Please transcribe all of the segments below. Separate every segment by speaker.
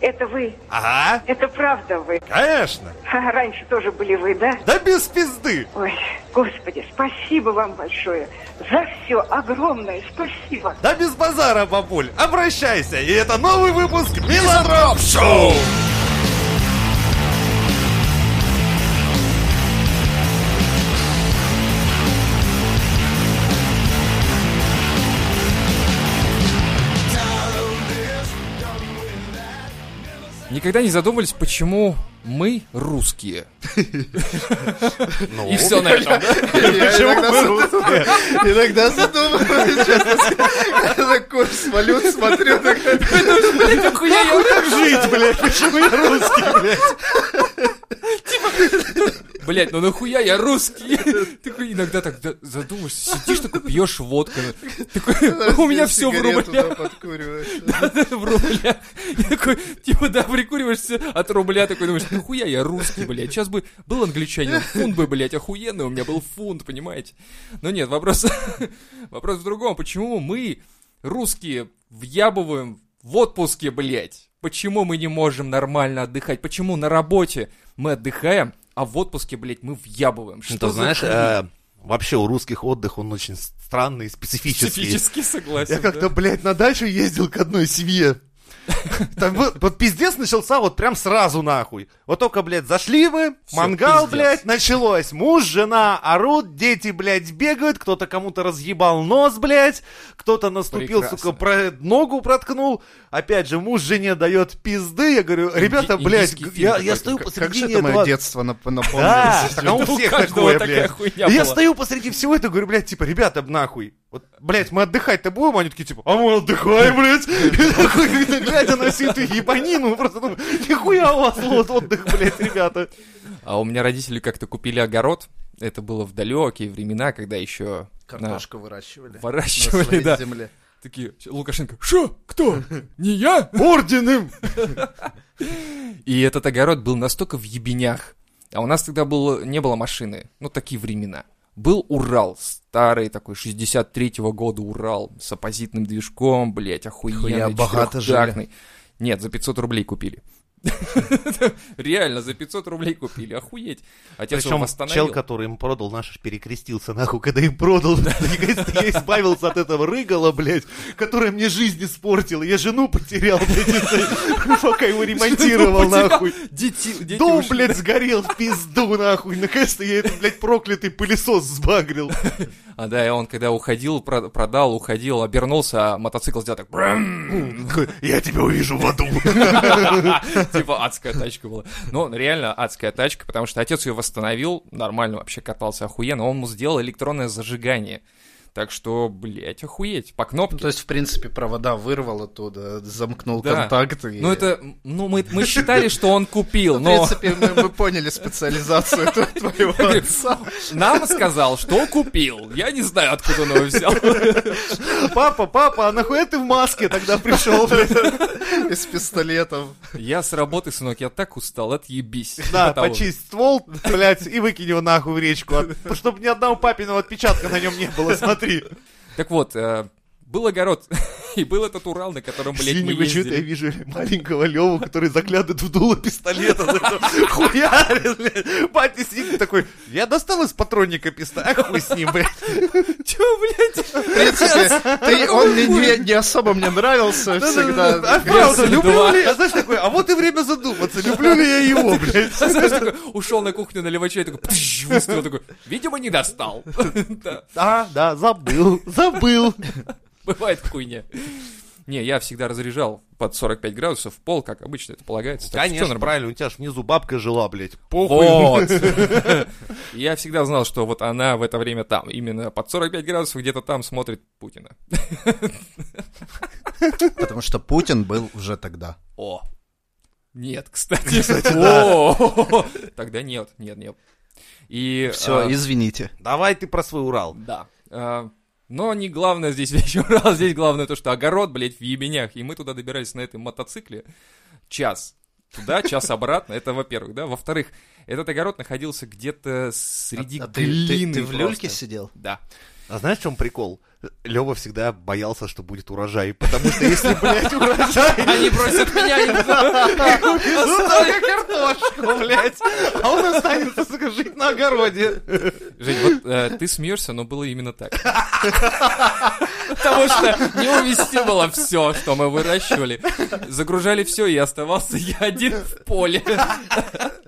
Speaker 1: Это вы.
Speaker 2: Ага,
Speaker 1: Это правда вы.
Speaker 2: конечно.
Speaker 1: А Раньше тоже были вы, да?
Speaker 2: Да без пизды.
Speaker 1: Ой, господи, спасибо вам большое. За все огромное спасибо.
Speaker 2: Да без базара, бабуль. Обращайся. И это новый выпуск Миландроп Шоу.
Speaker 3: Никогда не задумывались, почему мы русские. И все на этом.
Speaker 4: Я иногда задумываюсь, иногда задумываюсь, честно сказать. на курс валют смотрю, так,
Speaker 3: Блядь, охуя я вот так-
Speaker 2: Жить, блядь, почему я русский, блядь?
Speaker 3: Блядь, ну нахуя я русский? Такой иногда так да- задумаешься, сидишь такой, пьешь водку. Такой, у меня все в
Speaker 4: сигарету, да,
Speaker 3: рублях.
Speaker 4: подкуриваешь.
Speaker 3: В рублях. И такой, типа, да, прикуриваешься от рубля, такой думаешь, нахуя я русский, блядь. Сейчас бы был англичанин, фунт бы, блядь, охуенный, у меня был фунт, понимаете? Но нет, вопрос, вопрос в другом. Почему мы, русские, въябываем в отпуске, блядь? Почему мы не можем нормально отдыхать? Почему на работе мы отдыхаем, а в отпуске, блядь, мы въябываем?
Speaker 2: Ну,
Speaker 3: Что
Speaker 2: ты
Speaker 3: за
Speaker 2: знаешь,
Speaker 3: хуйня?
Speaker 2: э, вообще у русских отдых, он очень странный, и специфический.
Speaker 3: Специфически согласен.
Speaker 2: Я как-то,
Speaker 3: да.
Speaker 2: блядь, на дачу ездил к одной семье. Там вот, вот пиздец начался вот прям сразу нахуй. Вот только, блядь, зашли мы,
Speaker 3: Всё,
Speaker 2: мангал,
Speaker 3: пиздец.
Speaker 2: блядь, началось. Муж, жена орут, дети, блядь, бегают, кто-то кому-то разъебал нос, блядь, кто-то наступил,
Speaker 3: Прекрасно.
Speaker 2: сука, про ногу проткнул. Опять же, муж жене дает пизды. Я говорю, ребята, блядь,
Speaker 3: индийский фильм
Speaker 2: я, я
Speaker 3: какой-то.
Speaker 2: стою
Speaker 4: Как- Как
Speaker 2: посреди
Speaker 4: же это мое
Speaker 2: этого-
Speaker 4: детство нап-
Speaker 2: да,
Speaker 4: напомнило?
Speaker 2: так, а у
Speaker 3: Ну, У
Speaker 2: всех
Speaker 3: каждого
Speaker 2: такое,
Speaker 3: такая
Speaker 2: блядь.
Speaker 3: хуйня
Speaker 2: И Я
Speaker 3: была.
Speaker 2: стою посреди всего это, говорю, блядь, типа, ребята, нахуй. Вот, блядь, мы отдыхать-то будем? Они такие, типа, а мы отдыхаем, блядь. И такой, как-то глядя на всю эту ебанину, просто думаю, нихуя у вас вот отдых, блядь, ребята.
Speaker 3: А у меня родители как-то купили огород. Это было в далекие времена, когда еще
Speaker 4: Картошку выращивали. На
Speaker 3: выращивали,
Speaker 4: своей
Speaker 3: да.
Speaker 4: земле.
Speaker 3: Такие, Лукашенко, что? Кто? Не я?
Speaker 2: Орден им!
Speaker 3: И этот огород был настолько в ебенях. А у нас тогда было, не было машины. Ну, такие времена. Был Урал, старый такой, 63-го года Урал, с оппозитным движком, блядь,
Speaker 4: Хуя,
Speaker 3: охуенный,
Speaker 4: богато жили.
Speaker 3: четырёхдверный. Нет, за 500 рублей купили. Реально, за 500 рублей купили, охуеть. Отец его
Speaker 2: Причем
Speaker 3: восстановил.
Speaker 2: чел, который им продал, наш перекрестился нахуй, когда им продал. Я избавился от этого рыгала, блядь, которая мне жизнь испортила. Я жену потерял, блядь, из-за- пока его ремонтировал,
Speaker 3: Потерял.
Speaker 2: нахуй.
Speaker 3: Дети, дети
Speaker 2: Дом,
Speaker 3: ушли.
Speaker 2: блядь, сгорел в пизду, нахуй. Наконец-то я этот, блядь, проклятый пылесос сбагрил.
Speaker 3: А да, и он когда уходил, про- продал, уходил, обернулся, а мотоцикл сделал так, брам,
Speaker 2: Я тебя увижу в аду.
Speaker 3: типа адская тачка была. Ну, реально адская тачка, потому что отец ее восстановил, нормально вообще катался, охуенно, он ему сделал электронное зажигание. Так что, блядь, охуеть, по
Speaker 4: Ну,
Speaker 3: кнопке.
Speaker 4: То есть, в принципе, провода вырвал оттуда, замкнул
Speaker 3: Да.
Speaker 4: контакты. и- Ну,
Speaker 3: Ну, это, ну, мы, мы считали, что он купил,
Speaker 4: В
Speaker 3: но
Speaker 4: принципе, мы, мы поняли специализацию тво- твоего отца.
Speaker 3: нам сказал, что купил. Я не знаю, откуда он его взял.
Speaker 2: Папа, папа, а нахуя ты в маске тогда пришел, блядь?
Speaker 4: Из пистолетов.
Speaker 3: Я с работы, сынок, я так устал, отъебись.
Speaker 2: Да,
Speaker 3: Типа того.
Speaker 2: почисть ствол, блядь, и выкинь его нахуй в речку. Чтобы ни одного папиного отпечатка на нем не было, смотри.
Speaker 3: Так вот, э, был огород, и был этот Урал, на котором, блядь, мы
Speaker 2: Синего чё-то я
Speaker 3: ездили.
Speaker 2: вижу маленького Леву, который заглядывает в дуло пистолета. такой, Хуярит, блядь. Батя сидит такой, я достал из патронника пистолет, а хуй с ним, блядь.
Speaker 3: Чё, блядь?
Speaker 4: В принципе, ты- он мне не- не особо мне нравился
Speaker 2: Да-да-да. А
Speaker 4: всегда.
Speaker 2: правда,
Speaker 3: Версия
Speaker 2: люблю
Speaker 3: два.
Speaker 2: ли... А знаешь, такой, а вот и время задуматься, люблю ли я его, блядь.
Speaker 3: Ушел на кухню наливать чай, такой, пш, выстрел, такой, видимо, не достал. Да,
Speaker 2: Да, да, забыл, забыл.
Speaker 3: бывает хуйня. Не, я всегда разряжал под 45 градусов в пол, как обычно это полагается. так что всё нормально.
Speaker 2: правильно, у тебя ж внизу бабка жила, блядь.
Speaker 3: Вот. Я всегда знал, что вот она в это время там, именно под 45 градусов где-то там смотрит Путина.
Speaker 4: Потому что Путин был уже тогда.
Speaker 3: О. Нет, кстати. О. Тогда нет, нет, нет. И... а,
Speaker 4: Все, извините.
Speaker 2: Давай ты про свой Урал.
Speaker 3: Да. А, Но не главное здесь еще раз, здесь главное то, что огород, блядь, в ебенях, и мы туда добирались на этом мотоцикле час. Туда, час обратно, это во-первых, да. Во-вторых, этот огород находился где-то среди
Speaker 4: А- а ты- ты-
Speaker 3: глины
Speaker 4: Ты в люльке
Speaker 3: просто.
Speaker 4: сидел?
Speaker 3: Да.
Speaker 2: А знаешь, в чем прикол? Лева всегда боялся, что будет урожай, потому что если, блядь, урожай...
Speaker 3: Они просят меня, я не
Speaker 2: Ну, только картошку, блядь, а он останется сука, жить на огороде.
Speaker 3: Жень, вот э, ты смеешься, но было именно так. Потому что не увезти было все, что мы выращивали. Загружали все, и оставался я один в поле.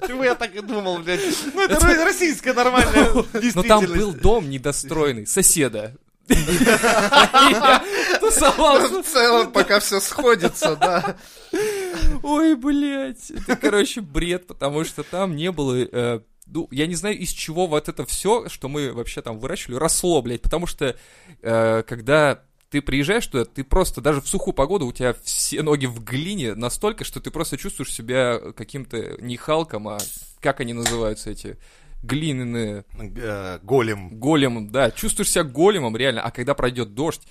Speaker 2: Чего я так и думал, блядь. Ну, это Ну, ро- российская нормальная
Speaker 3: Но там
Speaker 2: действительность.
Speaker 3: был дом недостроенный, соседа. И я Тусовался.
Speaker 4: В целом, пока все сходится, да.
Speaker 3: Ой, блядь. Это, короче, бред, потому что там не было... э, ну, я не знаю, из чего вот это все, что мы вообще там выращивали, росло, блядь. Потому что, э, когда ты приезжаешь туда, ты просто даже в сухую погоду у тебя все ноги в глине настолько, что ты просто чувствуешь себя каким-то не халком, а как они называются эти глиняные
Speaker 2: Э, Голем.
Speaker 3: големом, да, чувствуешь себя големом, реально, а когда пройдет дождь,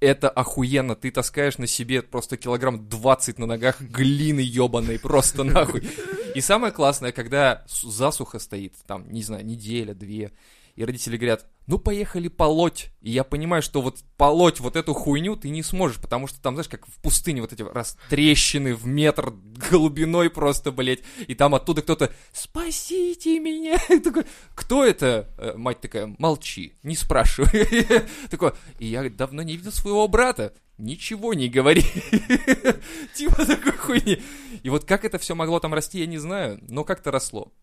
Speaker 3: это охуенно, ты таскаешь на себе просто килограмм 20 на ногах глины ебаной, просто нахуй. И самое классное, когда с- засуха стоит, там, не знаю, неделя, две, и родители говорят, ну поехали полоть. И я понимаю, что вот полоть вот эту хуйню ты не сможешь, потому что там, знаешь, как в пустыне вот эти растрещины в метр глубиной просто, блядь. И там оттуда кто-то «Спасите меня!» И такой, кто это? Э, Мать такая, молчи, не спрашивай. Такой, и я давно не видел своего брата. Ничего не говори. Типа такой хуйни. И вот как это все могло там расти, я не знаю, но как-то росло.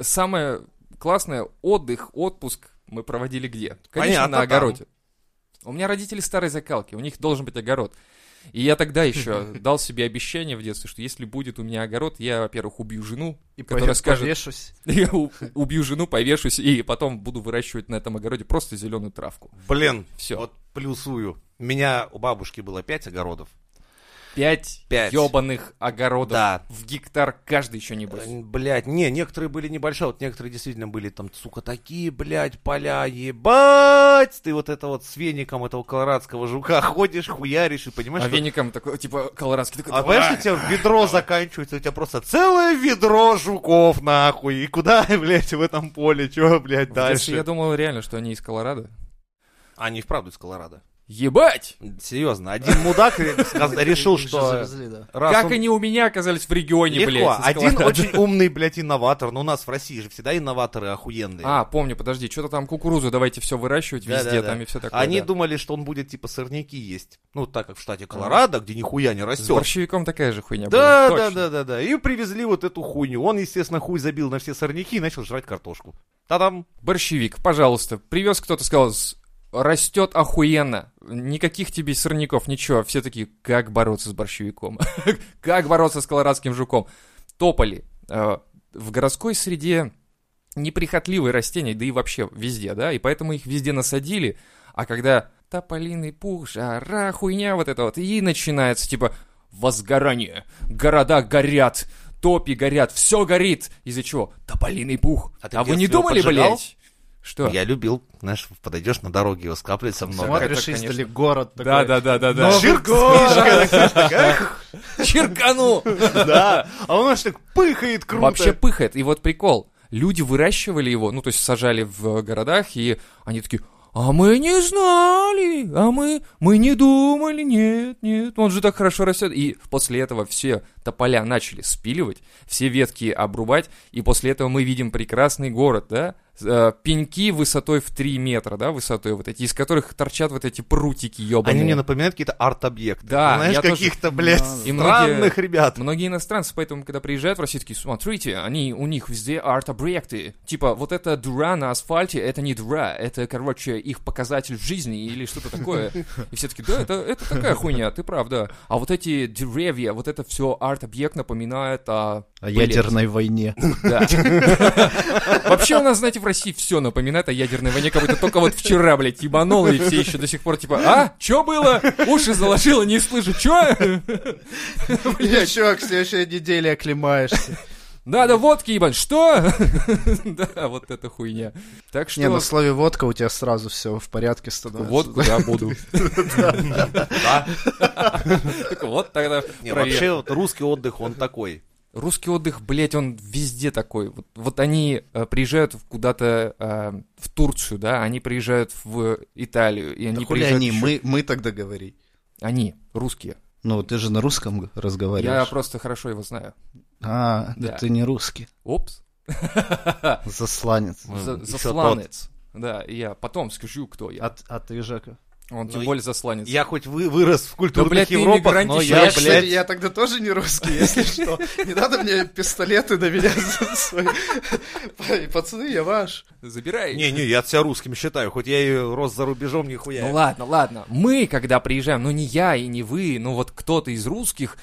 Speaker 3: Самое классное, отдых, отпуск мы проводили где? Конечно,
Speaker 2: Понятно,
Speaker 3: на
Speaker 2: там.
Speaker 3: огороде. У меня родители старой закалки, у них должен быть огород. И я тогда еще дал себе обещание в детстве, что если будет у меня огород, я, во-первых, убью жену,
Speaker 4: И
Speaker 3: которая
Speaker 4: пое-
Speaker 3: скажет,
Speaker 4: повешусь.
Speaker 3: я у- убью жену, повешусь, и потом буду выращивать на этом огороде просто зеленую травку.
Speaker 2: Блин,
Speaker 3: Всё.
Speaker 2: вот плюсую. У меня у бабушки было пять огородов.
Speaker 3: Пять,
Speaker 2: Пять.
Speaker 3: ебаных огородов
Speaker 2: Да.
Speaker 3: в гектар каждый еще небось.
Speaker 2: Э, Блядь, не, некоторые были небольшие, вот некоторые действительно были там, сука, такие, блядь, поля, ебать! Ты вот это вот с веником этого колорадского жука ходишь, хуяришь и понимаешь,
Speaker 3: А
Speaker 2: что-
Speaker 3: веником такой, типа, колорадский такой.
Speaker 2: А понимаешь, у тебя ведро заканчивается, у тебя просто целое ведро жуков, нахуй. И куда, блядь, в этом поле, чё, блядь,
Speaker 3: В детстве Я
Speaker 2: дальше?
Speaker 3: думал реально, что они из Колорадо.
Speaker 2: Они и вправду из Колорадо.
Speaker 3: Ебать!
Speaker 2: Серьезно, один мудак сказ- решил,
Speaker 4: Их же
Speaker 2: что...
Speaker 4: завезли, да.
Speaker 2: раз
Speaker 3: как
Speaker 2: он-
Speaker 3: они у меня оказались в регионе,
Speaker 2: Легко.
Speaker 3: блядь, из
Speaker 2: Один
Speaker 3: Колорадо?
Speaker 2: очень умный, блядь, инноватор. Но у нас в России же всегда инноваторы охуенные.
Speaker 3: А, помню, подожди, что-то там кукурузу давайте все выращивать
Speaker 2: Да,
Speaker 3: везде,
Speaker 2: да,
Speaker 3: там
Speaker 2: да.
Speaker 3: и все такое.
Speaker 2: Они
Speaker 3: да.
Speaker 2: думали, что он будет типа сорняки есть. Ну, так как в штате Колорадо, где нихуя не
Speaker 3: С
Speaker 2: растет.
Speaker 3: борщевиком такая же хуйня
Speaker 2: Да,
Speaker 3: была.
Speaker 2: да,
Speaker 3: точно.
Speaker 2: да, да, да. И привезли вот эту хуйню. Он, естественно, хуй забил на все сорняки и начал жрать картошку. Та-дам.
Speaker 3: Борщевик, пожалуйста, привез кто-то, сказал, «С- растет охуенно, никаких тебе сорняков, ничего. Все такие, как бороться с борщевиком, как бороться с колорадским жуком. Топали. Э, В городской среде неприхотливые растения, да и вообще везде, да, и поэтому их везде насадили, а когда тополиный пух, жара, хуйня вот это вот, и начинается типа возгорание, города горят, топи горят, все горит, из-за чего? Тополиный пух.
Speaker 2: А
Speaker 3: А,
Speaker 2: ты в
Speaker 3: вы не
Speaker 2: детстве его
Speaker 3: думали,
Speaker 2: поджигал?
Speaker 3: блядь? Что?
Speaker 2: Я любил, знаешь, подойдешь на дороге, его скапливается много.
Speaker 4: Смотришь
Speaker 3: конечно.
Speaker 4: издали город такой.
Speaker 3: Да, да, да, да, да.
Speaker 4: Новый
Speaker 2: Ширк,
Speaker 4: город.
Speaker 2: книжка, знаешь, такая,
Speaker 3: Черкану!
Speaker 2: Да. А он аж так пыхает круто.
Speaker 3: Вообще пыхает. И вот прикол. Люди выращивали его, ну, то есть сажали в городах, и они такие, а мы не знали, а мы, мы не думали, нет, нет, он же так хорошо растет. И после этого все тополя начали спиливать, все ветки обрубать, и после этого мы видим прекрасный город, да, С, э, пеньки высотой в 3 метра, да, высотой вот эти, из которых торчат вот эти прутики ебаные.
Speaker 2: Они мне напоминают какие-то арт-объекты. Ну,
Speaker 3: Да,
Speaker 2: Знаешь,
Speaker 3: я тоже-
Speaker 2: каких-то, блядь,
Speaker 3: И
Speaker 2: странных
Speaker 3: многие-
Speaker 2: ребят.
Speaker 3: Многие иностранцы, поэтому, когда приезжают в Россию, такие, смотрите, они, у них везде арт-объекты. Типа, вот эта дура на асфальте, это не дура, это, короче, их показатель в жизни или что-то такое. И все таки да, это, это такая хуйня, ты правда. А вот эти деревья, вот это все арт-объект напоминает о...
Speaker 4: О
Speaker 3: блядь,
Speaker 4: ядерной войне.
Speaker 3: да. Вообще у нас, знаете, в России все напоминает о ядерной войне, как будто только вот вчера, блядь, ебанул, и все еще до сих пор типа, а, чё было? Уши заложило, не слышу, чё?
Speaker 4: Блин, чувак, в следующей неделе оклемаешься.
Speaker 3: Надо водки ебать. Что? Да, вот эта хуйня. Так
Speaker 4: Не, ну, на
Speaker 3: что...
Speaker 4: слове водка у тебя сразу все в порядке становится.
Speaker 3: Вот куда буду.
Speaker 2: Да.
Speaker 3: Так вот тогда
Speaker 2: Не,
Speaker 3: проверь.
Speaker 2: вообще вот русский отдых, он такой.
Speaker 3: Русский отдых, блядь, он везде такой. Вот, вот они э, приезжают в- куда-то э, в Турцию, да, они приезжают в Италию, и они
Speaker 4: Да хули
Speaker 3: приезжают...
Speaker 4: они,
Speaker 3: еще-
Speaker 4: мы, мы тогда говори.
Speaker 3: Они, русские.
Speaker 4: Ну, ты же на русском
Speaker 3: Я
Speaker 4: разговариваешь.
Speaker 3: просто хорошо его знаю.
Speaker 4: А,
Speaker 3: Да.
Speaker 4: да ты не русский.
Speaker 3: Опс.
Speaker 4: Засланец.
Speaker 2: Ну,
Speaker 3: За-
Speaker 2: еще
Speaker 3: Засланец. Да, и я потом скажу, кто я.
Speaker 4: А, т- а ты, Жека?
Speaker 3: Он
Speaker 2: Ну,
Speaker 3: тем более засланец.
Speaker 2: Я хоть вы- вырос в культурных
Speaker 3: блядь, ты
Speaker 2: Европах,
Speaker 3: иммигрант
Speaker 2: но
Speaker 3: еще,
Speaker 2: я,
Speaker 3: я,
Speaker 4: кстати,
Speaker 2: блядь...
Speaker 4: я тогда тоже не русский, если что. Не надо мне пистолеты на меня за свои. П- Пацаны, я ваш.
Speaker 3: Забирай.
Speaker 2: Не-не, я себя русским считаю, хоть я и рос за рубежом, нихуя.
Speaker 3: Ну ладно, ладно. Мы, когда приезжаем, ну не я и не вы, ну вот кто-то из русских,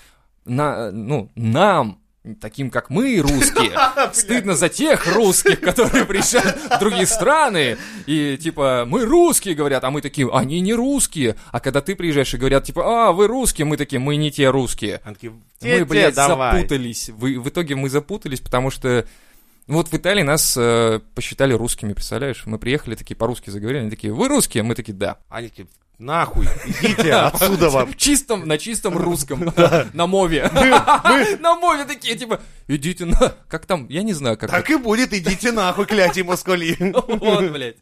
Speaker 3: на, ну, нам, таким как мы, русские, стыдно за тех русских, которые приезжают в другие страны, и типа, мы русские, говорят, а мы такие, они не русские. А когда ты приезжаешь и говорят, типа, а, вы русские, мы такие, мы не те русские.
Speaker 2: Они
Speaker 5: Ну
Speaker 2: такие, «Те-те,
Speaker 3: Мы, блядь,
Speaker 2: давай».
Speaker 3: запутались. Вы- в итоге мы запутались, потому что вот в Италии нас э, посчитали русскими, представляешь? Мы приехали, такие по-русски заговорили, они такие, вы русские? А Мы такие, да.
Speaker 2: Они такие, нахуй, идите отсюда вам.
Speaker 3: В чистом, на чистом русском, на мове. На мове такие, типа, идите на... Как там? Я не знаю, как
Speaker 2: Так и будет, идите нахуй, клятие москали.
Speaker 3: это. Вот, блядь.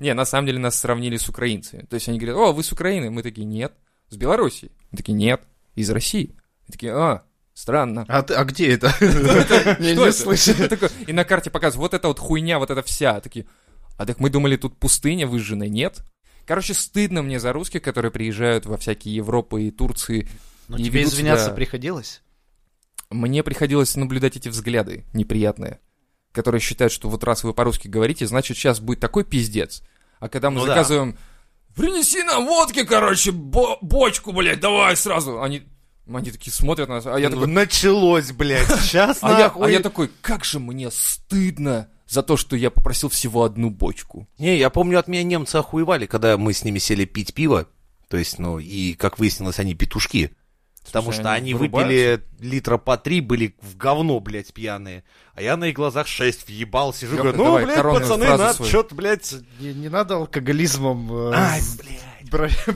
Speaker 3: Не, на самом деле нас сравнили с украинцами. То есть они говорят, о, вы с Украины? Мы такие, нет. С Белоруссии? Мы такие, нет. Из России? Мы такие, а, странно.
Speaker 4: А, ты- а где это? Не,
Speaker 3: Что
Speaker 4: не
Speaker 3: это?
Speaker 4: слышал.
Speaker 3: Такое- И на карте показывают, вот эта вот хуйня, вот эта вся. Такие, а так мы думали, тут пустыня выжженная, нет? Короче, стыдно мне за русских, которые приезжают во всякие Европы и Турции.
Speaker 4: Ну,
Speaker 3: и
Speaker 4: тебе
Speaker 3: ведут
Speaker 4: извиняться
Speaker 3: себя-
Speaker 4: приходилось?
Speaker 3: Мне приходилось наблюдать эти взгляды неприятные, которые считают, что вот раз вы по-русски говорите, значит сейчас будет такой пиздец. А когда мы
Speaker 2: Ну да.
Speaker 3: заказываем, принеси нам водки, короче, бо- бочку, блядь, давай сразу. Они, они такие смотрят на нас, а я
Speaker 4: Ну,
Speaker 3: такой,
Speaker 2: Началось, блядь, сейчас
Speaker 3: а я, а
Speaker 2: нахуй.
Speaker 3: я такой, как же мне стыдно за то, что я попросил всего одну бочку.
Speaker 5: Не, я помню, от меня немцы охуевали, когда мы с ними сели пить пиво. То есть, ну, и, как выяснилось, они петушки. Потому
Speaker 3: Слушай,
Speaker 5: что
Speaker 3: они
Speaker 5: они выпили литра по три, были в говно, блядь, пьяные. А я на их глазах шесть въебал, сижу,
Speaker 3: Лёха,
Speaker 5: говорю, ну,
Speaker 3: давай,
Speaker 5: блядь,
Speaker 3: коронную
Speaker 5: пацаны,
Speaker 3: фразу
Speaker 5: надо
Speaker 3: свою.
Speaker 5: что-то, блядь...
Speaker 4: Не, не надо алкоголизмом э,
Speaker 5: Ай,
Speaker 4: с-
Speaker 5: блядь.
Speaker 4: бра-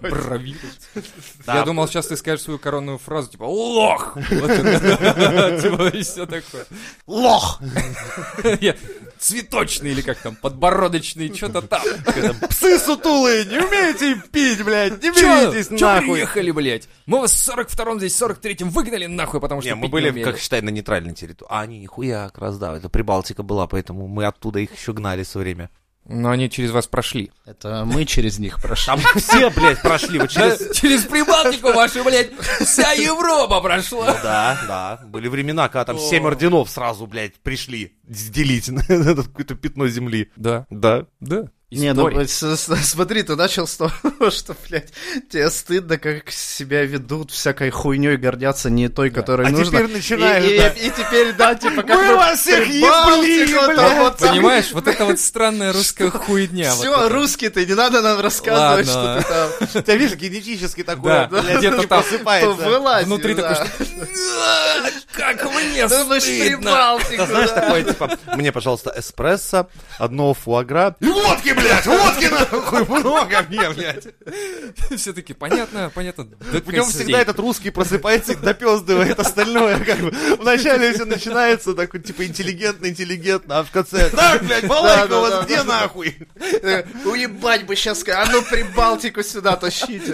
Speaker 4: бравировать.
Speaker 3: Я
Speaker 2: а
Speaker 5: Да.
Speaker 3: думал, сейчас ты скажешь свою коронную фразу, типа «Лох!» Вот это. Типа и все такое.
Speaker 5: Лох!
Speaker 3: Я- Цветочный или как там, подбородочный, что-то там.
Speaker 2: Псы сутулые, не умеете пить, блядь, не
Speaker 3: Чё
Speaker 2: беритесь
Speaker 3: чё
Speaker 2: нахуй.
Speaker 3: приехали, блядь? Мы вас в 42-м здесь, в 43-м выгнали нахуй, потому что
Speaker 5: Не, мы
Speaker 3: пить
Speaker 5: были,
Speaker 3: умели.
Speaker 5: как считай, на нейтральной территории. А они нихуя, как раз, да, это Прибалтика была, поэтому мы оттуда их еще гнали все время.
Speaker 3: Но они через вас прошли.
Speaker 4: Это мы через них прошли.
Speaker 5: Там все, блядь, прошли, вот через...
Speaker 3: Да, Через Прибалтику вашу, блядь, вся Европа прошла.
Speaker 5: Да, да. Были времена, когда там семь орденов сразу, блядь, пришли делить на это какое-то пятно земли.
Speaker 3: Да,
Speaker 5: Да.
Speaker 3: да.
Speaker 4: Не, ну
Speaker 3: История.
Speaker 4: с- с- смотри, ты начал с того, что, блядь, тебе стыдно, как себя ведут, всякой хуйней гордятся, не той, которой
Speaker 2: А
Speaker 4: нужно.
Speaker 2: теперь начинаем,
Speaker 4: И, и-
Speaker 2: да.
Speaker 4: и теперь, да, типа, как
Speaker 2: Мы
Speaker 4: бы
Speaker 2: вас всех
Speaker 4: Прибалтику,
Speaker 2: ебли,
Speaker 4: там
Speaker 2: блядь.
Speaker 4: вот
Speaker 3: Понимаешь, вот это вот странная русская хуйня. вот
Speaker 4: Все,
Speaker 3: это.
Speaker 4: русский ты, не надо нам рассказывать,
Speaker 3: Ладно.
Speaker 4: что ты там.
Speaker 2: У тебя, видишь, генетически
Speaker 3: Да,
Speaker 2: такое, блядь,
Speaker 3: где-то
Speaker 2: ну,
Speaker 3: там
Speaker 2: просыпается.
Speaker 4: Вылазь,
Speaker 3: Внутри
Speaker 4: да.
Speaker 3: такой, что... Как мне
Speaker 4: Да мы Ну, ж
Speaker 3: стыдно.
Speaker 4: Прибалтику,
Speaker 5: Знаешь,
Speaker 4: да.
Speaker 5: такое, типа, мне, пожалуйста, эспрессо, одного фуагра.
Speaker 2: И водки, блядь, водки нахуй, много мне, блядь.
Speaker 3: Все таки понятно, понятно. да
Speaker 2: В нем
Speaker 3: косей.
Speaker 2: всегда этот русский просыпается и допездывает остальное. Как бы. Вначале все начинается такой, типа, интеллигентно, интеллигентно, а в конце, так, блядь, балайка
Speaker 4: Да,
Speaker 2: у
Speaker 4: да,
Speaker 2: вас
Speaker 4: да,
Speaker 2: где
Speaker 4: да, да.
Speaker 2: нахуй?
Speaker 4: Э, Уебать бы сейчас, а ну Прибалтику сюда тащите.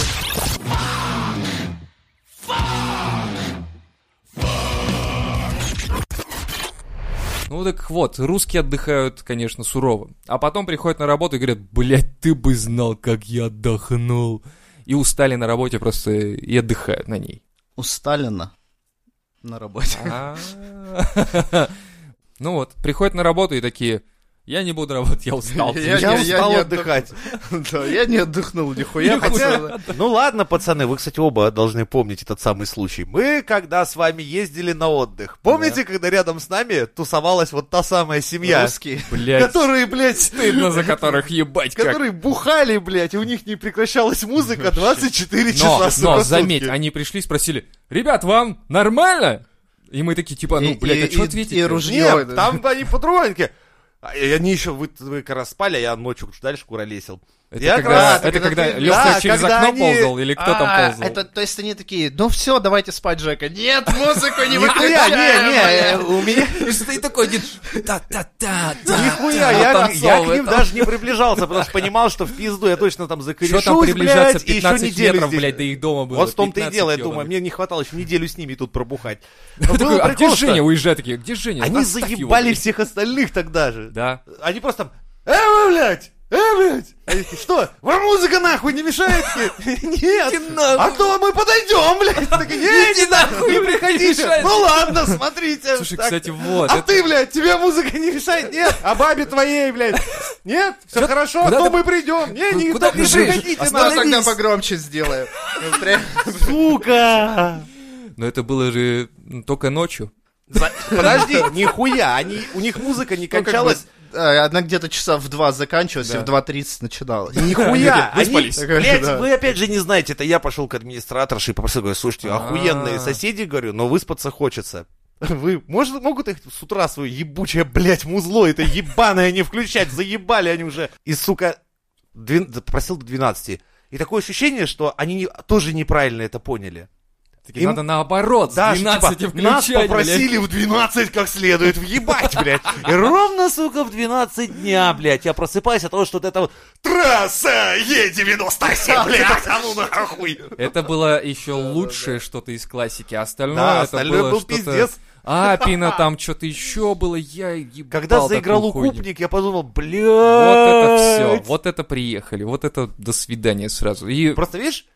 Speaker 3: Ну так вот, русские отдыхают, конечно, сурово. А потом приходят на работу и говорят, блядь, ты бы знал, как я отдохнул. И устали на работе просто и отдыхают на ней.
Speaker 4: У Сталина на работе.
Speaker 3: А. Ну вот, приходят на работу и такие, я не буду работать, я устал.
Speaker 4: Я-
Speaker 2: Я
Speaker 4: не- я
Speaker 2: устал
Speaker 4: не
Speaker 2: отдыхать. А.
Speaker 4: Да, я не отдохнул нихуя. пацаны.
Speaker 5: Ну ладно, пацаны, вы, кстати, оба должны помнить этот самый случай.
Speaker 2: Мы когда с вами ездили на отдых, помните, когда рядом с нами тусовалась вот та самая семья,
Speaker 4: Русский.
Speaker 3: Блядь,
Speaker 2: которые, блядь,
Speaker 3: стыдно за которых ебать как.
Speaker 2: которые бухали, блядь, и у них не прекращалась музыка 24
Speaker 3: Но,
Speaker 2: часа
Speaker 3: но,
Speaker 2: суток.
Speaker 3: заметь, они пришли и спросили, ребят, вам нормально? И мы такие, типа, ну,
Speaker 4: И-
Speaker 3: блядь, а
Speaker 4: и-
Speaker 3: что
Speaker 4: и-
Speaker 3: ответить?
Speaker 4: и ружье. Ой,
Speaker 2: Нет,
Speaker 4: да.
Speaker 2: там они по-другому. они такие, «А, и Они еще, вы, вы как раз спали, а я ночью дальше куролесил.
Speaker 3: Это
Speaker 2: Я
Speaker 3: когда,
Speaker 2: крас-
Speaker 3: это
Speaker 2: когда
Speaker 3: когда
Speaker 2: ты-
Speaker 3: Леха
Speaker 2: да,
Speaker 3: через
Speaker 2: когда
Speaker 3: окно
Speaker 2: они-
Speaker 3: ползал, или кто там
Speaker 4: А,
Speaker 3: ползал?
Speaker 4: это, то есть они такие, ну все, давайте спать, Жека. Нет, музыку не
Speaker 2: Нихуя, не, не, э,
Speaker 4: выключаем.
Speaker 2: у меня...
Speaker 3: И что ты такой один... Та-та-та,
Speaker 2: Нихуя, я, я к ним даже не приближался, потому что понимал, что в пизду я точно там
Speaker 3: Что
Speaker 2: закорешусь,
Speaker 3: там приближаться
Speaker 2: блядь, и еще
Speaker 3: 15
Speaker 2: неделю
Speaker 3: метров,
Speaker 2: здесь.
Speaker 3: блядь, до их дома было?
Speaker 2: Вот в том-то и
Speaker 3: 15
Speaker 2: дело, я
Speaker 3: ебаных.
Speaker 2: думаю, мне не хватало еще неделю с ними тут пробухать.
Speaker 3: Ты
Speaker 2: Но
Speaker 3: такой,
Speaker 2: было
Speaker 3: а где
Speaker 2: прикол,
Speaker 3: Женя?
Speaker 2: что
Speaker 3: Уезжай такие, где Женя?
Speaker 2: они
Speaker 3: Оставь его,
Speaker 2: заебали
Speaker 3: блядь.
Speaker 2: всех остальных тогда же.
Speaker 3: Да.
Speaker 2: Они просто там, э, вы, блядь, э, блядь. Они такие, что, вам музыка нахуй не мешает? Нет. А то мы подойдем, блядь. Так, не, не нахуй, не приходите.
Speaker 3: мешает.
Speaker 2: Ну ладно, смотрите.
Speaker 3: Слушай,
Speaker 2: Так.
Speaker 3: кстати, вот.
Speaker 2: А
Speaker 3: это-
Speaker 2: ты, блядь, тебе музыка не мешает? Нет. А бабе твоей, блядь? Нет? Все
Speaker 3: Чё-
Speaker 2: хорошо, а
Speaker 3: куда
Speaker 2: то
Speaker 3: ты-
Speaker 2: мы придем. Не,
Speaker 3: Ку-
Speaker 2: не,
Speaker 3: куда
Speaker 2: так не
Speaker 3: ты бежишь?
Speaker 2: приходите,
Speaker 4: Ну, тогда
Speaker 2: надо
Speaker 4: погромче сделаем. Ну, прям.
Speaker 2: Сука.
Speaker 3: Но это было же ну, только ночью.
Speaker 2: За- Подожди, нихуя, они, у них музыка не
Speaker 4: Ну, как бы,
Speaker 2: кончалась.
Speaker 4: э, Она где-то часа в два заканчивалась, и в 2.30 начиналась.
Speaker 2: Нихуя,
Speaker 3: Они такие,
Speaker 2: они,
Speaker 3: «Выспались».
Speaker 2: блядь,
Speaker 4: Да.
Speaker 2: вы опять же не знаете, это я пошел к администраторше и попросил, говорю, слушайте,
Speaker 3: А-а.
Speaker 2: охуенные соседи, говорю, но выспаться хочется. Вы может, могут их с утра свое ебучее, блядь, музло это ебаное не включать, заебали они уже. И, сука, двен- просил до 12. И такое ощущение, что они не- тоже неправильно это поняли.
Speaker 3: Такие,
Speaker 2: Им-
Speaker 3: надо наоборот, с
Speaker 2: Да,
Speaker 3: 12
Speaker 2: типа, нас
Speaker 3: включать, блядь.
Speaker 2: попросили в 12 как следует въебать, блядь. И ровно, сука, в 12 дня, блядь, я просыпаюсь от того, что вот это вот «Трасса Е97, блядь, а ну нахуй!»
Speaker 3: Это было еще лучшее что-то из классики. а Остальное
Speaker 2: Да,
Speaker 3: это
Speaker 2: остальное
Speaker 3: было
Speaker 2: был
Speaker 3: что-то...
Speaker 2: пиздец.
Speaker 3: Апина там что-то еще было, я ебал
Speaker 2: Когда заиграл
Speaker 3: такую хуйню.
Speaker 2: укупник, я подумал, блядь.
Speaker 3: Вот это все, вот это приехали, вот это до свидания сразу. И
Speaker 2: Просто, видишь,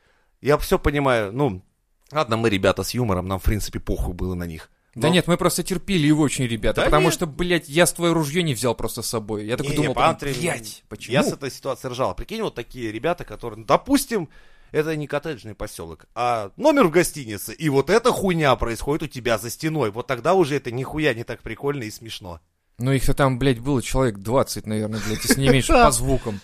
Speaker 2: я все понимаю, ну, ладно, мы ребята с юмором, нам, в принципе, похуй было на них.
Speaker 3: Да
Speaker 2: Но-
Speaker 3: нет, мы просто терпели его очень, ребята,
Speaker 2: ну. Да
Speaker 3: потому
Speaker 2: нет.
Speaker 3: что, блядь, я с твое ружье не взял просто с собой. Я такой
Speaker 2: Не,
Speaker 3: думал,
Speaker 2: не,
Speaker 3: потом,
Speaker 2: Пантри,
Speaker 3: блядь, почему?
Speaker 2: Я с этой ситуацией ржал. Прикинь, вот такие ребята, которые, ну, допустим, это не коттеджный поселок, а номер в гостинице. И вот эта хуйня происходит у тебя за стеной. Вот тогда уже это нихуя не так прикольно и смешно.
Speaker 3: Ну их-то там, блядь, было человек 20, наверное, блядь, если не меньше, по звукам.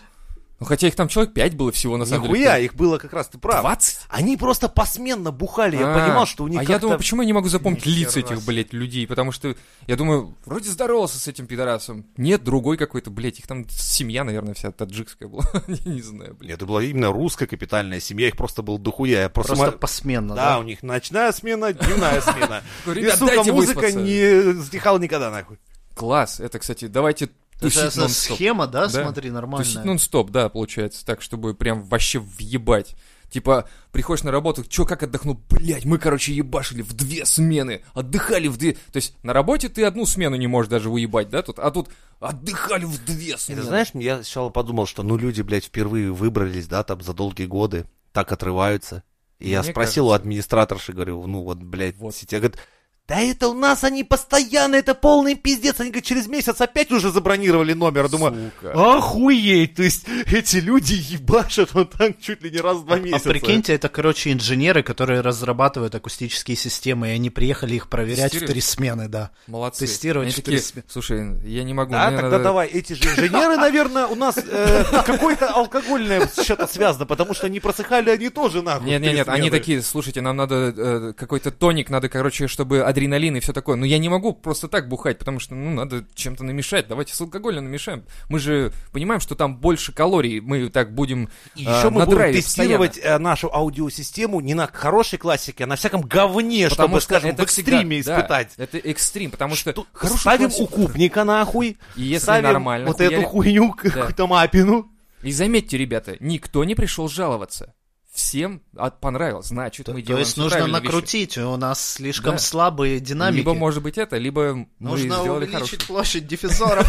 Speaker 3: Ну хотя их там человек 5 было всего, на самом
Speaker 2: Нихуя,
Speaker 3: деле.
Speaker 2: их было как раз, ты прав.
Speaker 3: 20?
Speaker 2: Они просто посменно бухали. Я
Speaker 3: А,
Speaker 2: понимал, что у них
Speaker 3: А я
Speaker 2: как-то-
Speaker 3: думаю, почему я не могу запомнить
Speaker 2: Нихера
Speaker 3: лица этих,
Speaker 2: себе.
Speaker 3: блядь, людей? Потому что я думаю, вроде здоровался с этим пидорасом. Нет, другой какой-то, блядь, их там семья, наверное, вся таджикская была. Не не знаю, блядь.
Speaker 2: Нет, это была именно русская капитальная семья, их просто было дохуя. Я просто...
Speaker 4: Просто
Speaker 2: мо-
Speaker 4: посменно,
Speaker 2: Да,
Speaker 4: да?
Speaker 2: у них ночная смена, дневная смена.
Speaker 3: Говорю,
Speaker 2: И,
Speaker 3: «Ребят,
Speaker 2: сука,
Speaker 3: дайте
Speaker 2: музыка
Speaker 3: выспаться».
Speaker 2: не стихала никогда, нахуй.
Speaker 3: Класс, это, кстати, давайте
Speaker 4: Это
Speaker 3: тусить
Speaker 4: же
Speaker 3: нон-стоп.
Speaker 4: Схема,
Speaker 3: Да.
Speaker 4: да, смотри,
Speaker 3: Тусить
Speaker 4: нормальная.
Speaker 3: нон-стоп, да, получается, так, чтобы прям вообще въебать. Типа, приходишь на работу, чё, как отдохнул? Блять, мы, короче, ебашили в две смены, отдыхали в две... То есть, на работе ты одну смену не можешь даже уебать, да, тут? А тут отдыхали в две
Speaker 2: И Ты
Speaker 3: смены.
Speaker 2: знаешь, я сначала подумал, что ну люди, блядь, впервые выбрались, да, там за долгие годы, так отрываются. И я
Speaker 3: Мне
Speaker 2: спросил у
Speaker 3: кажется.
Speaker 2: администраторши, говорю, ну вот, блядь,
Speaker 3: Вот.
Speaker 2: сетя говорит, да это у нас они постоянно, это полный пиздец. Они говорят, через месяц опять уже забронировали номер. Я Думаю,
Speaker 3: Сука.
Speaker 2: охуеть, то есть эти люди ебашат вот так чуть ли не раз в два
Speaker 4: А
Speaker 2: месяца.
Speaker 4: прикиньте, это, короче, инженеры, которые разрабатывают акустические системы, и они приехали их проверять в
Speaker 3: Серьёзно?
Speaker 4: три смены, да.
Speaker 3: Молодцы.
Speaker 4: Тестировать
Speaker 3: Они
Speaker 4: в
Speaker 3: такие,
Speaker 4: принципе.
Speaker 3: Слушай, я не могу.
Speaker 2: Да,
Speaker 3: мне
Speaker 2: тогда
Speaker 3: надо-
Speaker 2: давай, эти же инженеры, наверное, у нас э, какое-то алкогольное что-то связано, потому что не просыхали они тоже нахуй.
Speaker 3: Нет,
Speaker 2: в
Speaker 3: нет,
Speaker 2: три
Speaker 3: нет, они
Speaker 2: смены.
Speaker 3: такие, слушайте, нам надо э, какой-то тоник, надо, короче, чтобы адреналин и все такое. Но я не могу просто так бухать, потому что, ну, надо чем-то намешать. Давайте с алкоголем намешаем. Мы же понимаем, что там больше калорий, мы так будем
Speaker 2: И
Speaker 3: э,
Speaker 2: еще мы
Speaker 3: на
Speaker 2: будем
Speaker 3: драйве
Speaker 2: А, тестировать
Speaker 3: постоянно.
Speaker 2: э, нашу аудиосистему не на хорошей классике, а на всяком говне, чтобы,
Speaker 3: Потому
Speaker 2: скажем,
Speaker 3: это
Speaker 2: в экстриме
Speaker 3: всегда- да,
Speaker 2: испытать.
Speaker 3: это экстрим, потому что,
Speaker 2: Тут
Speaker 3: хороший
Speaker 2: ставим
Speaker 3: классик-
Speaker 2: укупника нахуй,
Speaker 3: И если
Speaker 2: ставим
Speaker 3: нормально
Speaker 2: вот
Speaker 3: хуярит-
Speaker 2: эту хуйню, какую-то мапину.
Speaker 3: И заметьте, ребята, никто не пришел жаловаться. Всем от понравилось, значит, мы
Speaker 4: То
Speaker 3: делаем
Speaker 4: есть
Speaker 3: всё
Speaker 4: нужно
Speaker 3: правильно, вещи.
Speaker 4: накрутить, у нас слишком
Speaker 3: Да.
Speaker 4: слабые динамики.
Speaker 3: Либо может быть это, либо мы
Speaker 4: Нужно
Speaker 3: Ну сделали
Speaker 4: увеличить
Speaker 3: хороший
Speaker 4: площадь диффузоров.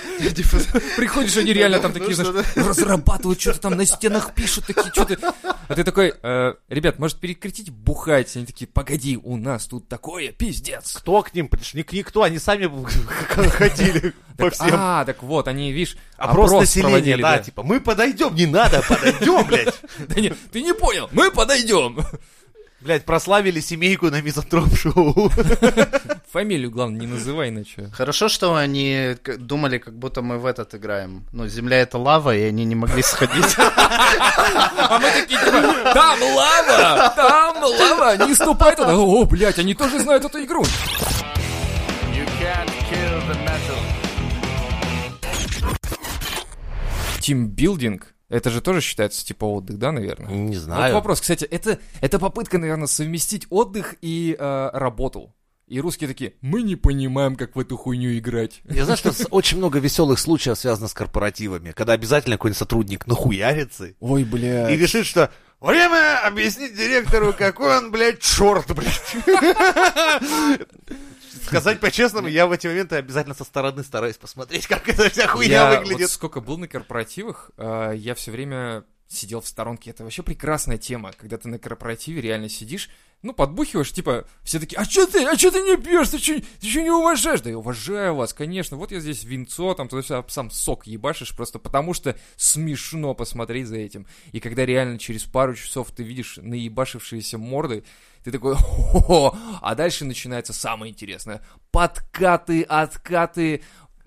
Speaker 3: Приходишь, они реально там такие,
Speaker 2: Ну
Speaker 4: Нужно,
Speaker 3: знаешь, разрабатывают, что-то там на стенах пишут, такие, что-то... А ты такой, «Э, ребят, может перекрутить бухать? Они такие, погоди, у нас тут такое, пиздец.
Speaker 2: Кто к ним пришел? Ник- Никто, они сами ходили по
Speaker 3: Так,
Speaker 2: всем.
Speaker 3: а, так вот, они, видишь,
Speaker 2: Опрос
Speaker 3: опрос
Speaker 2: населения,
Speaker 3: проводили,
Speaker 2: да, типа, мы подойдем, не надо, подойдем, блядь.
Speaker 3: Да не, ты не понял, мы подойдем.
Speaker 2: Блядь, прославили семейку на мизантроп-шоу.
Speaker 3: Фамилию, главное, не называй, иначе.
Speaker 4: Хорошо, что они к- думали, как будто мы в этот играем. Ну, земля это лава, и они не могли сходить.
Speaker 3: А мы такие, типа, там лава, там лава, не ступай туда. О, блядь, они тоже знают эту игру. тимбилдинг, это же тоже считается типа отдых, да, наверное?
Speaker 2: Не
Speaker 3: Вот
Speaker 2: знаю.
Speaker 3: вопрос, кстати, это, это попытка, наверное, совместить отдых и э, работу. И русские такие, мы не понимаем, как в эту хуйню играть.
Speaker 2: Я знаю, что с- очень много веселых случаев связано с корпоративами, когда обязательно какой-нибудь сотрудник нахуярится и
Speaker 3: Ой, бля.
Speaker 2: решит, что время объяснить директору, какой он, блядь, черт, блядь. Сказать по-честному, я в эти моменты обязательно со стороны стараюсь посмотреть, как эта вся хуйня
Speaker 3: Я вот
Speaker 2: выглядит.
Speaker 3: сколько был на корпоративах, э, я все время сидел в сторонке. Это вообще прекрасная тема, когда ты на корпоративе реально сидишь, ну, подбухиваешь, типа, все такие, а что ты, а что ты не пьешь, ты что не уважаешь? Да я уважаю вас, конечно, вот я здесь винцо, там, то а, сам сок ебашишь, просто потому что смешно посмотреть за этим. И когда реально через пару часов ты видишь наебашившиеся морды, ты такой, «Хо-хо-хо». а дальше начинается самое интересное. Подкаты, откаты,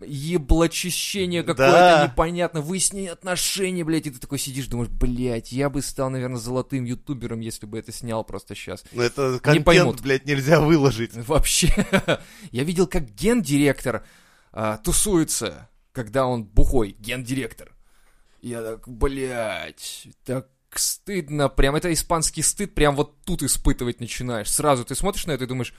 Speaker 3: еблочищение какое-то
Speaker 2: Да.
Speaker 3: непонятно, выяснение отношений, блядь, и ты такой сидишь, думаешь, блядь, я бы стал, наверное, золотым ютубером, если бы это снял просто сейчас.
Speaker 2: Ну, Это
Speaker 3: поймут.
Speaker 2: контент, блядь, нельзя выложить.
Speaker 3: Вообще, я видел, как гендиректор а, тусуется, когда он бухой, гендиректор. Я так, блядь, так стыдно, прям это испанский стыд, прям вот тут испытывать начинаешь. Сразу ты смотришь на это и думаешь,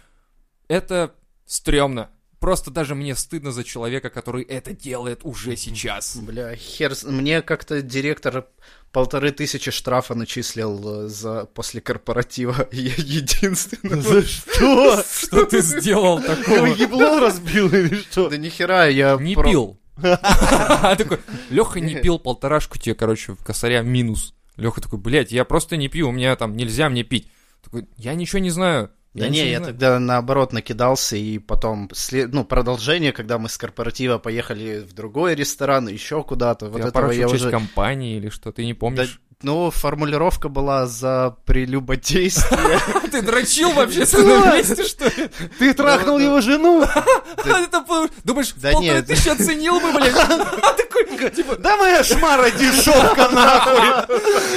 Speaker 3: это стрёмно. Просто даже мне стыдно за человека, который это делает уже сейчас.
Speaker 4: Бля, хер... с- Мне как-то директор полторы тысячи штрафа начислил э, за после корпоратива. Я единственный.
Speaker 2: За что?
Speaker 3: Что ты сделал
Speaker 2: Его
Speaker 3: такого?
Speaker 2: ебло разбил или что?
Speaker 4: Да нихера, я...
Speaker 3: Не
Speaker 4: про-
Speaker 3: пил. А Такой, Леха не пил, полторашку тебе, короче, в косаря минус. Леха такой, блядь, я просто не пью, у меня там нельзя мне пить. Такой, я ничего не знаю.
Speaker 4: Да не, я
Speaker 3: знаю».
Speaker 4: тогда наоборот накидался, и потом, сле- ну, продолжение, когда мы с корпоратива поехали в другой ресторан, еще куда-то, вот
Speaker 3: Ты
Speaker 4: этого
Speaker 3: опорочил
Speaker 4: я
Speaker 3: часть
Speaker 4: уже...
Speaker 3: компании или что, ты не
Speaker 4: Да,
Speaker 3: помнишь?
Speaker 4: ну, формулировка была за прелюбодействие.
Speaker 3: «А Ты дрочил вообще с мной вместе, что ли? «А
Speaker 6: Ты трахнул
Speaker 4: да.
Speaker 6: его жену?
Speaker 3: Это по- Думаешь,
Speaker 4: Да
Speaker 3: полторы
Speaker 4: нет.
Speaker 3: тысячи оценил бы, блядь? А такой, типа,
Speaker 2: Да моя шмара дешевка, нахуй!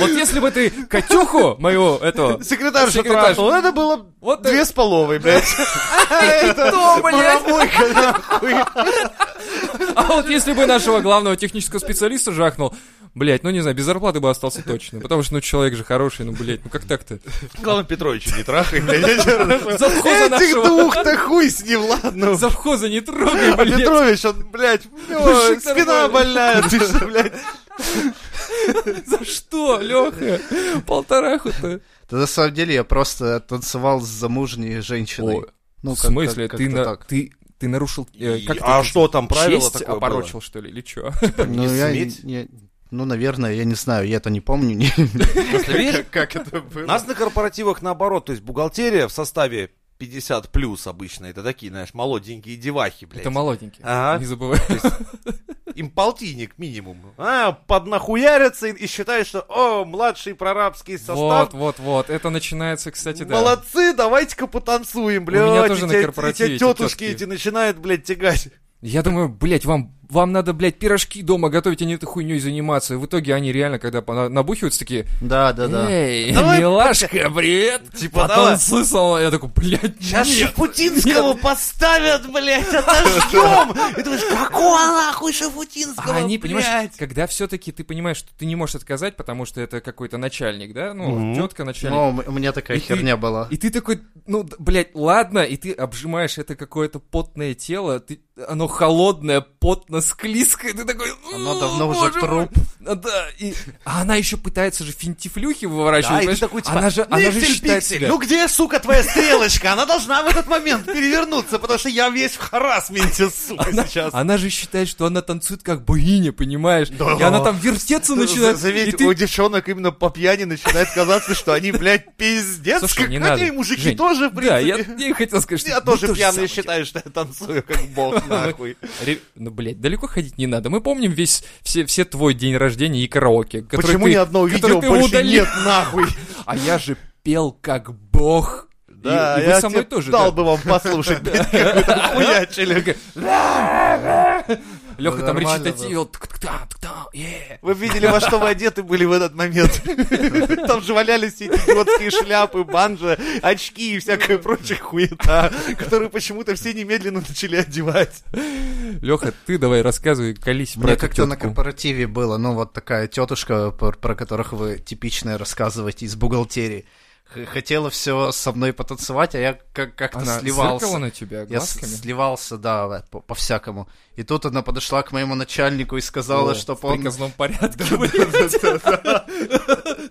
Speaker 3: Вот если бы ты Катюху мою, этого,
Speaker 2: Секретарша
Speaker 3: Секретарша.
Speaker 4: Ну,
Speaker 2: трахнула. Это было
Speaker 3: вот... А,
Speaker 2: две с половой, блядь.
Speaker 3: Кто, блядь?
Speaker 2: Паровойка, нахуй.
Speaker 3: А вот если бы нашего главного технического специалиста жахнул, блядь, ну не знаю, без зарплаты бы остался точно. Потому что, ну, человек же хороший, ну, блядь, ну как так-то?
Speaker 2: Главное, Петровича не трахай, блядь.
Speaker 3: Завхоза
Speaker 2: Этих
Speaker 3: нашего...
Speaker 2: двух-то хуй с ним, ладно.
Speaker 3: Завхоза не трогай,
Speaker 2: А
Speaker 3: блядь.
Speaker 2: Петрович, он, блядь, у него
Speaker 3: Мужик
Speaker 2: спина
Speaker 3: нормальный.
Speaker 2: больная, ты что, блядь.
Speaker 3: За что, Леха? Полтораху-то.
Speaker 4: Да на самом деле я просто танцевал с замужней женщиной.
Speaker 3: Ой,
Speaker 4: Ну,
Speaker 3: В
Speaker 4: как-то-
Speaker 3: смысле,
Speaker 4: как-то
Speaker 3: ты на-
Speaker 4: так.
Speaker 3: ты ты нарушил... э, Как
Speaker 2: И-
Speaker 3: ты
Speaker 2: а
Speaker 3: это-
Speaker 2: что там, правило
Speaker 3: честь
Speaker 2: такое было?
Speaker 3: опорочил, что ли, или что?
Speaker 4: Ну,
Speaker 2: не
Speaker 4: я-
Speaker 2: сметь?
Speaker 4: я- Ну, наверное, я не знаю, я это не помню. не- как- Как это было?
Speaker 2: Нас на корпоративах наоборот, то есть бухгалтерия в составе 50 плюс обычно, это такие, знаешь, молоденькие девахи, блядь.
Speaker 3: Это молоденький.
Speaker 2: Ага.
Speaker 3: Не забывай.
Speaker 2: Им полтинник минимум. А, поднахуярятся и, и считают, что, о, младший прорабский состав.
Speaker 3: Вот, вот, вот. Это начинается, кстати, да.
Speaker 2: Молодцы, давайте-ка потанцуем, блядь.
Speaker 3: меня тоже
Speaker 2: и
Speaker 3: на
Speaker 2: те- и
Speaker 3: корпоративе
Speaker 2: те
Speaker 3: эти
Speaker 2: тетушки
Speaker 3: тетки.
Speaker 2: эти начинают, блядь, тягать.
Speaker 3: Я думаю, блядь, вам, вам надо, блядь, пирожки дома готовить, а не этой хуйней заниматься. И в итоге они реально, когда пона- набухиваются, такие,
Speaker 4: Да, да, да.
Speaker 3: эй,
Speaker 2: Давай,
Speaker 3: милашка, привет,
Speaker 2: Типа, давай.
Speaker 3: потанцуй со мной. Я такой, блядь, ну».
Speaker 2: Сейчас
Speaker 3: нет.
Speaker 2: Шафутинского поставят, блядь, отожжем! И думаешь, какого нахуй Шафутинского,
Speaker 3: А они, понимаешь,
Speaker 2: блядь?
Speaker 3: когда все-таки ты понимаешь, что ты не можешь отказать, потому что это какой-то начальник, да? Ну,
Speaker 2: Мгм.
Speaker 3: тетка начальник.
Speaker 4: Ну, у меня такая
Speaker 3: И ты-
Speaker 4: херня была.
Speaker 3: И ты такой, ну, д- блядь, ладно, и ты обжимаешь это какое-то потное тело, ты, оно холодное, потно, склизкое, ты такой...
Speaker 4: Оно
Speaker 3: «О,
Speaker 4: давно уже
Speaker 3: боже мой!»
Speaker 4: труп.
Speaker 3: А, Да, и... А она еще пытается же финтифлюхи
Speaker 2: Да,
Speaker 3: выворачивать,
Speaker 2: и ты
Speaker 3: А понимаешь?
Speaker 2: такой, типа,
Speaker 3: она же, она же
Speaker 2: «Никсель,
Speaker 3: считает
Speaker 2: пиксель,
Speaker 3: себя-
Speaker 2: ну где, сука, твоя стрелочка? Она должна в этот момент перевернуться, потому что я весь в харасменте, сука, сейчас.
Speaker 3: Она же считает, что она танцует как богиня, понимаешь? И она там вертеться начинает.
Speaker 2: За- заметь,
Speaker 3: и ты-
Speaker 2: у девчонок именно по пьяни начинает казаться, что они, блядь, пиздец.
Speaker 3: Слушай,
Speaker 2: как-
Speaker 3: не
Speaker 2: хотя
Speaker 3: надо.
Speaker 2: и мужики
Speaker 3: Жень,
Speaker 2: тоже, в
Speaker 3: Да, я,
Speaker 2: принципе.
Speaker 3: я и хотел сказать, что...
Speaker 2: Я
Speaker 3: мы
Speaker 2: тоже
Speaker 3: то же
Speaker 2: пьяный
Speaker 3: самое
Speaker 2: считаю, что я танцую как бог, нахуй.
Speaker 3: Ре- Ну, блядь, далеко ходить не надо. Мы помним весь, все, все твой день рождения и караоке. который
Speaker 2: Почему
Speaker 3: ты-
Speaker 2: ни одного
Speaker 3: который
Speaker 2: видео
Speaker 3: ты
Speaker 2: больше
Speaker 3: удалил?
Speaker 2: нет, нахуй?
Speaker 3: А я же пел как бог. И-
Speaker 2: Да,
Speaker 3: и, вы
Speaker 2: я
Speaker 3: со мной
Speaker 2: тебе
Speaker 3: тоже,
Speaker 2: дал
Speaker 3: да.
Speaker 2: бы вам послушать, блядь, как вы там хуячили.
Speaker 3: Такая, Леха там
Speaker 4: нормально
Speaker 3: речитативил. тк-тк-та, тк-та, е.
Speaker 2: Вы видели, во что вы одеты были в этот момент. Там же валялись все эти идиотские шляпы, банджа, очки и всякая прочая хуета, которые почему-то все немедленно начали одевать.
Speaker 3: Леха, ты давай рассказывай, колись
Speaker 4: Мне
Speaker 3: про эту
Speaker 4: как-то на
Speaker 3: тётку.
Speaker 4: корпоративе было, ну, вот такая тетушка, про, про которых вы типично рассказываете из бухгалтерии. Х- Хотела все со мной потанцевать, а я как- как-то
Speaker 3: Она
Speaker 4: сливался.
Speaker 3: зыркала на тебя
Speaker 4: Я с-
Speaker 3: глазками?
Speaker 4: сливался, да, вот, по- по-всякому. и тут она подошла к моему начальнику и сказала,
Speaker 3: О,
Speaker 4: чтоб
Speaker 3: в
Speaker 4: он...
Speaker 3: приказном порядке, блядь.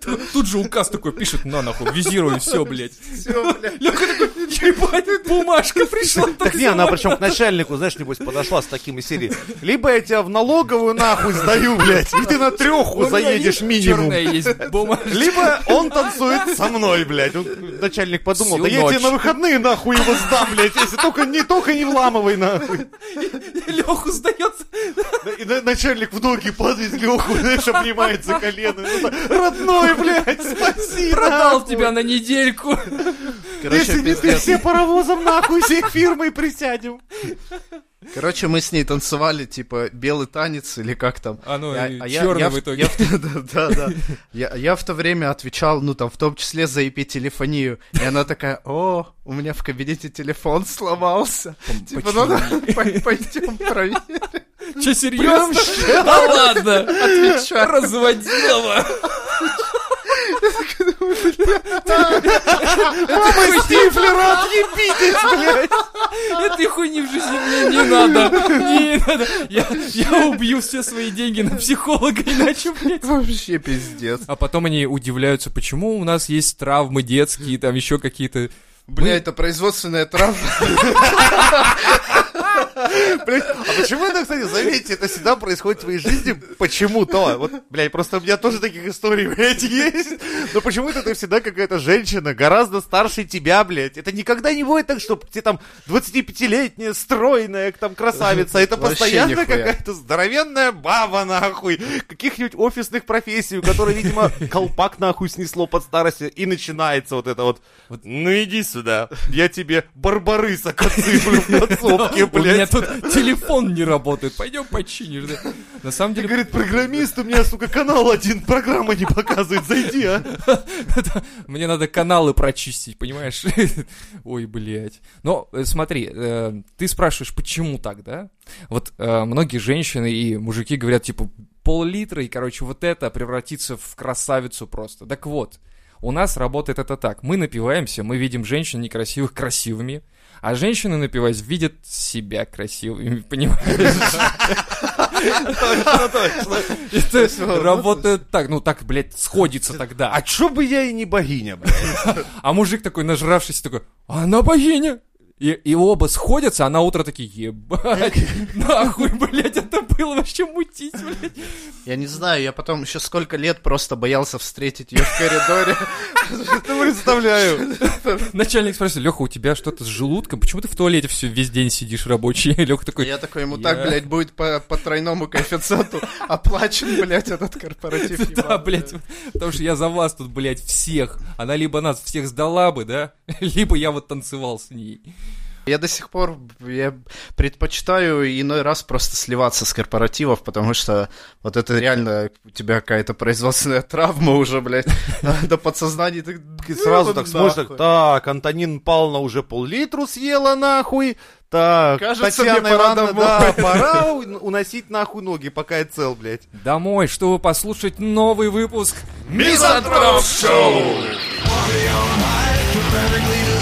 Speaker 3: Тут- Тут же указ такой пишет, на нахуй, визируй, все, блядь.
Speaker 4: Всё, бля.
Speaker 3: Лёха такой, ебать, бумажка пришла.
Speaker 2: Так не, она причем к начальнику, знаешь, небось, подошла с таким из серии. Либо я тебя в налоговую нахуй сдаю, блядь, и ты на треху заедешь минимум.
Speaker 3: Черная есть бумажка.
Speaker 2: Либо он танцует со мной, блядь. Он, начальник подумал,
Speaker 3: Всю
Speaker 2: да я тебе
Speaker 3: ночь.
Speaker 2: на выходные нахуй его сдам, блядь, если только не, только не вламывай нахуй.
Speaker 3: Леху сдается.
Speaker 2: И на- начальник в ноги падает Леху, знаешь, обнимает за колено. Ну, так, Родной, блядь, спаси,
Speaker 3: Продал
Speaker 2: нахуй.
Speaker 3: тебя на недельку.
Speaker 4: Короче,
Speaker 2: Если не ты,
Speaker 4: пиздец.
Speaker 2: все паровозом нахуй, всей фирмой присядем.
Speaker 4: Короче, мы с ней танцевали, типа, белый танец или как там.
Speaker 3: А ну, и
Speaker 4: я-
Speaker 3: чёрный
Speaker 4: я
Speaker 3: в итоге.
Speaker 4: я в- да, да, да. Я, я в то время отвечал, ну там, в том числе за IP-телефонию. И она такая, о, у меня в кабинете телефон сломался. Типа, ну, пойдем проверим.
Speaker 3: Че, серьезно? Да ладно,
Speaker 4: Отвечаю.
Speaker 3: разводила.
Speaker 2: Мама Стифлера отъебитесь, блядь.
Speaker 3: Этой хуйни в жизни мне не надо. Не надо. Я, я убью все свои деньги на психолога, иначе, блядь.
Speaker 4: Вообще пиздец.
Speaker 3: А потом они удивляются, почему у нас есть травмы детские, там еще какие-то.
Speaker 4: Бля, это производственная травма.
Speaker 2: Блядь, а почему это, кстати, заметьте, это всегда происходит в твоей жизни почему-то? Вот, блядь, просто у меня тоже таких историй, блядь, есть. Но почему-то ты всегда какая-то женщина, гораздо старше тебя, блядь. Это никогда не будет так, чтобы тебе там 25-летняя, стройная, там, красавица. Это
Speaker 4: Вообще
Speaker 2: постоянно
Speaker 4: нихуя.
Speaker 2: какая-то здоровенная баба, нахуй. Каких-нибудь офисных профессий, у которой, видимо, колпак, нахуй, снесло под старость. И начинается вот это вот. Ну иди сюда, я тебе барбарысок отсыплю в подсобке,
Speaker 3: У меня
Speaker 2: блядь.
Speaker 3: тут телефон не работает. Пойдем починишь. да. На самом деле,
Speaker 2: Говорит, программист, у меня, сука, канал один, программа не показывает, зайди, а.
Speaker 3: Мне надо каналы прочистить, понимаешь? Ой, блядь. Но э, смотри, э, ты спрашиваешь, почему так, да? Вот э, многие женщины и мужики говорят, типа, пол-литра, и, короче, вот это превратится в красавицу просто. Так вот, у нас работает это так. Мы напиваемся, мы видим женщин некрасивых красивыми, а женщины, напиваясь, видят себя красивыми, понимаешь? Это работает так, ну так, блядь, сходится тогда.
Speaker 2: А чё бы я и не богиня, блядь?
Speaker 3: А мужик такой, нажравшись, такой, она богиня. И, и оба сходятся, а на утро такие, ебать, нахуй, блядь, это было вообще мутить, блядь.
Speaker 4: Я не знаю, я потом еще сколько лет просто боялся встретить ее в коридоре.
Speaker 3: Ну,
Speaker 2: Представляю.
Speaker 3: Начальник спрашивает, Леха, у тебя что-то с желудком, почему ты в туалете все весь день сидишь рабочий? Леха такой,
Speaker 4: Я такой, ему
Speaker 3: Я-
Speaker 4: так, блядь, будет по, по тройному коэффициенту оплачен, блядь, этот корпоратив.
Speaker 3: да,
Speaker 4: ебаный,
Speaker 3: блядь, потому что я за вас тут, блядь, всех. Она либо нас всех сдала бы, да, либо я вот танцевал с ней.
Speaker 4: Я до сих пор я предпочитаю иной раз просто сливаться с корпоративов, потому что вот это реально у тебя какая-то производственная травма уже, блядь, до подсознания. ты-
Speaker 2: И сразу
Speaker 4: ну,
Speaker 2: так смотришь, так,
Speaker 4: нахуй.
Speaker 2: так, Антонин Павловна уже пол-литру съела, нахуй. Так,
Speaker 4: Кажется,
Speaker 2: Татьяна
Speaker 4: мне пора
Speaker 2: Ивановна,
Speaker 4: домой.
Speaker 2: да, пора у- уносить нахуй ноги, пока я цел, блядь.
Speaker 3: Домой, чтобы послушать новый выпуск
Speaker 2: Мизантроп Шоу!
Speaker 7: Perfectly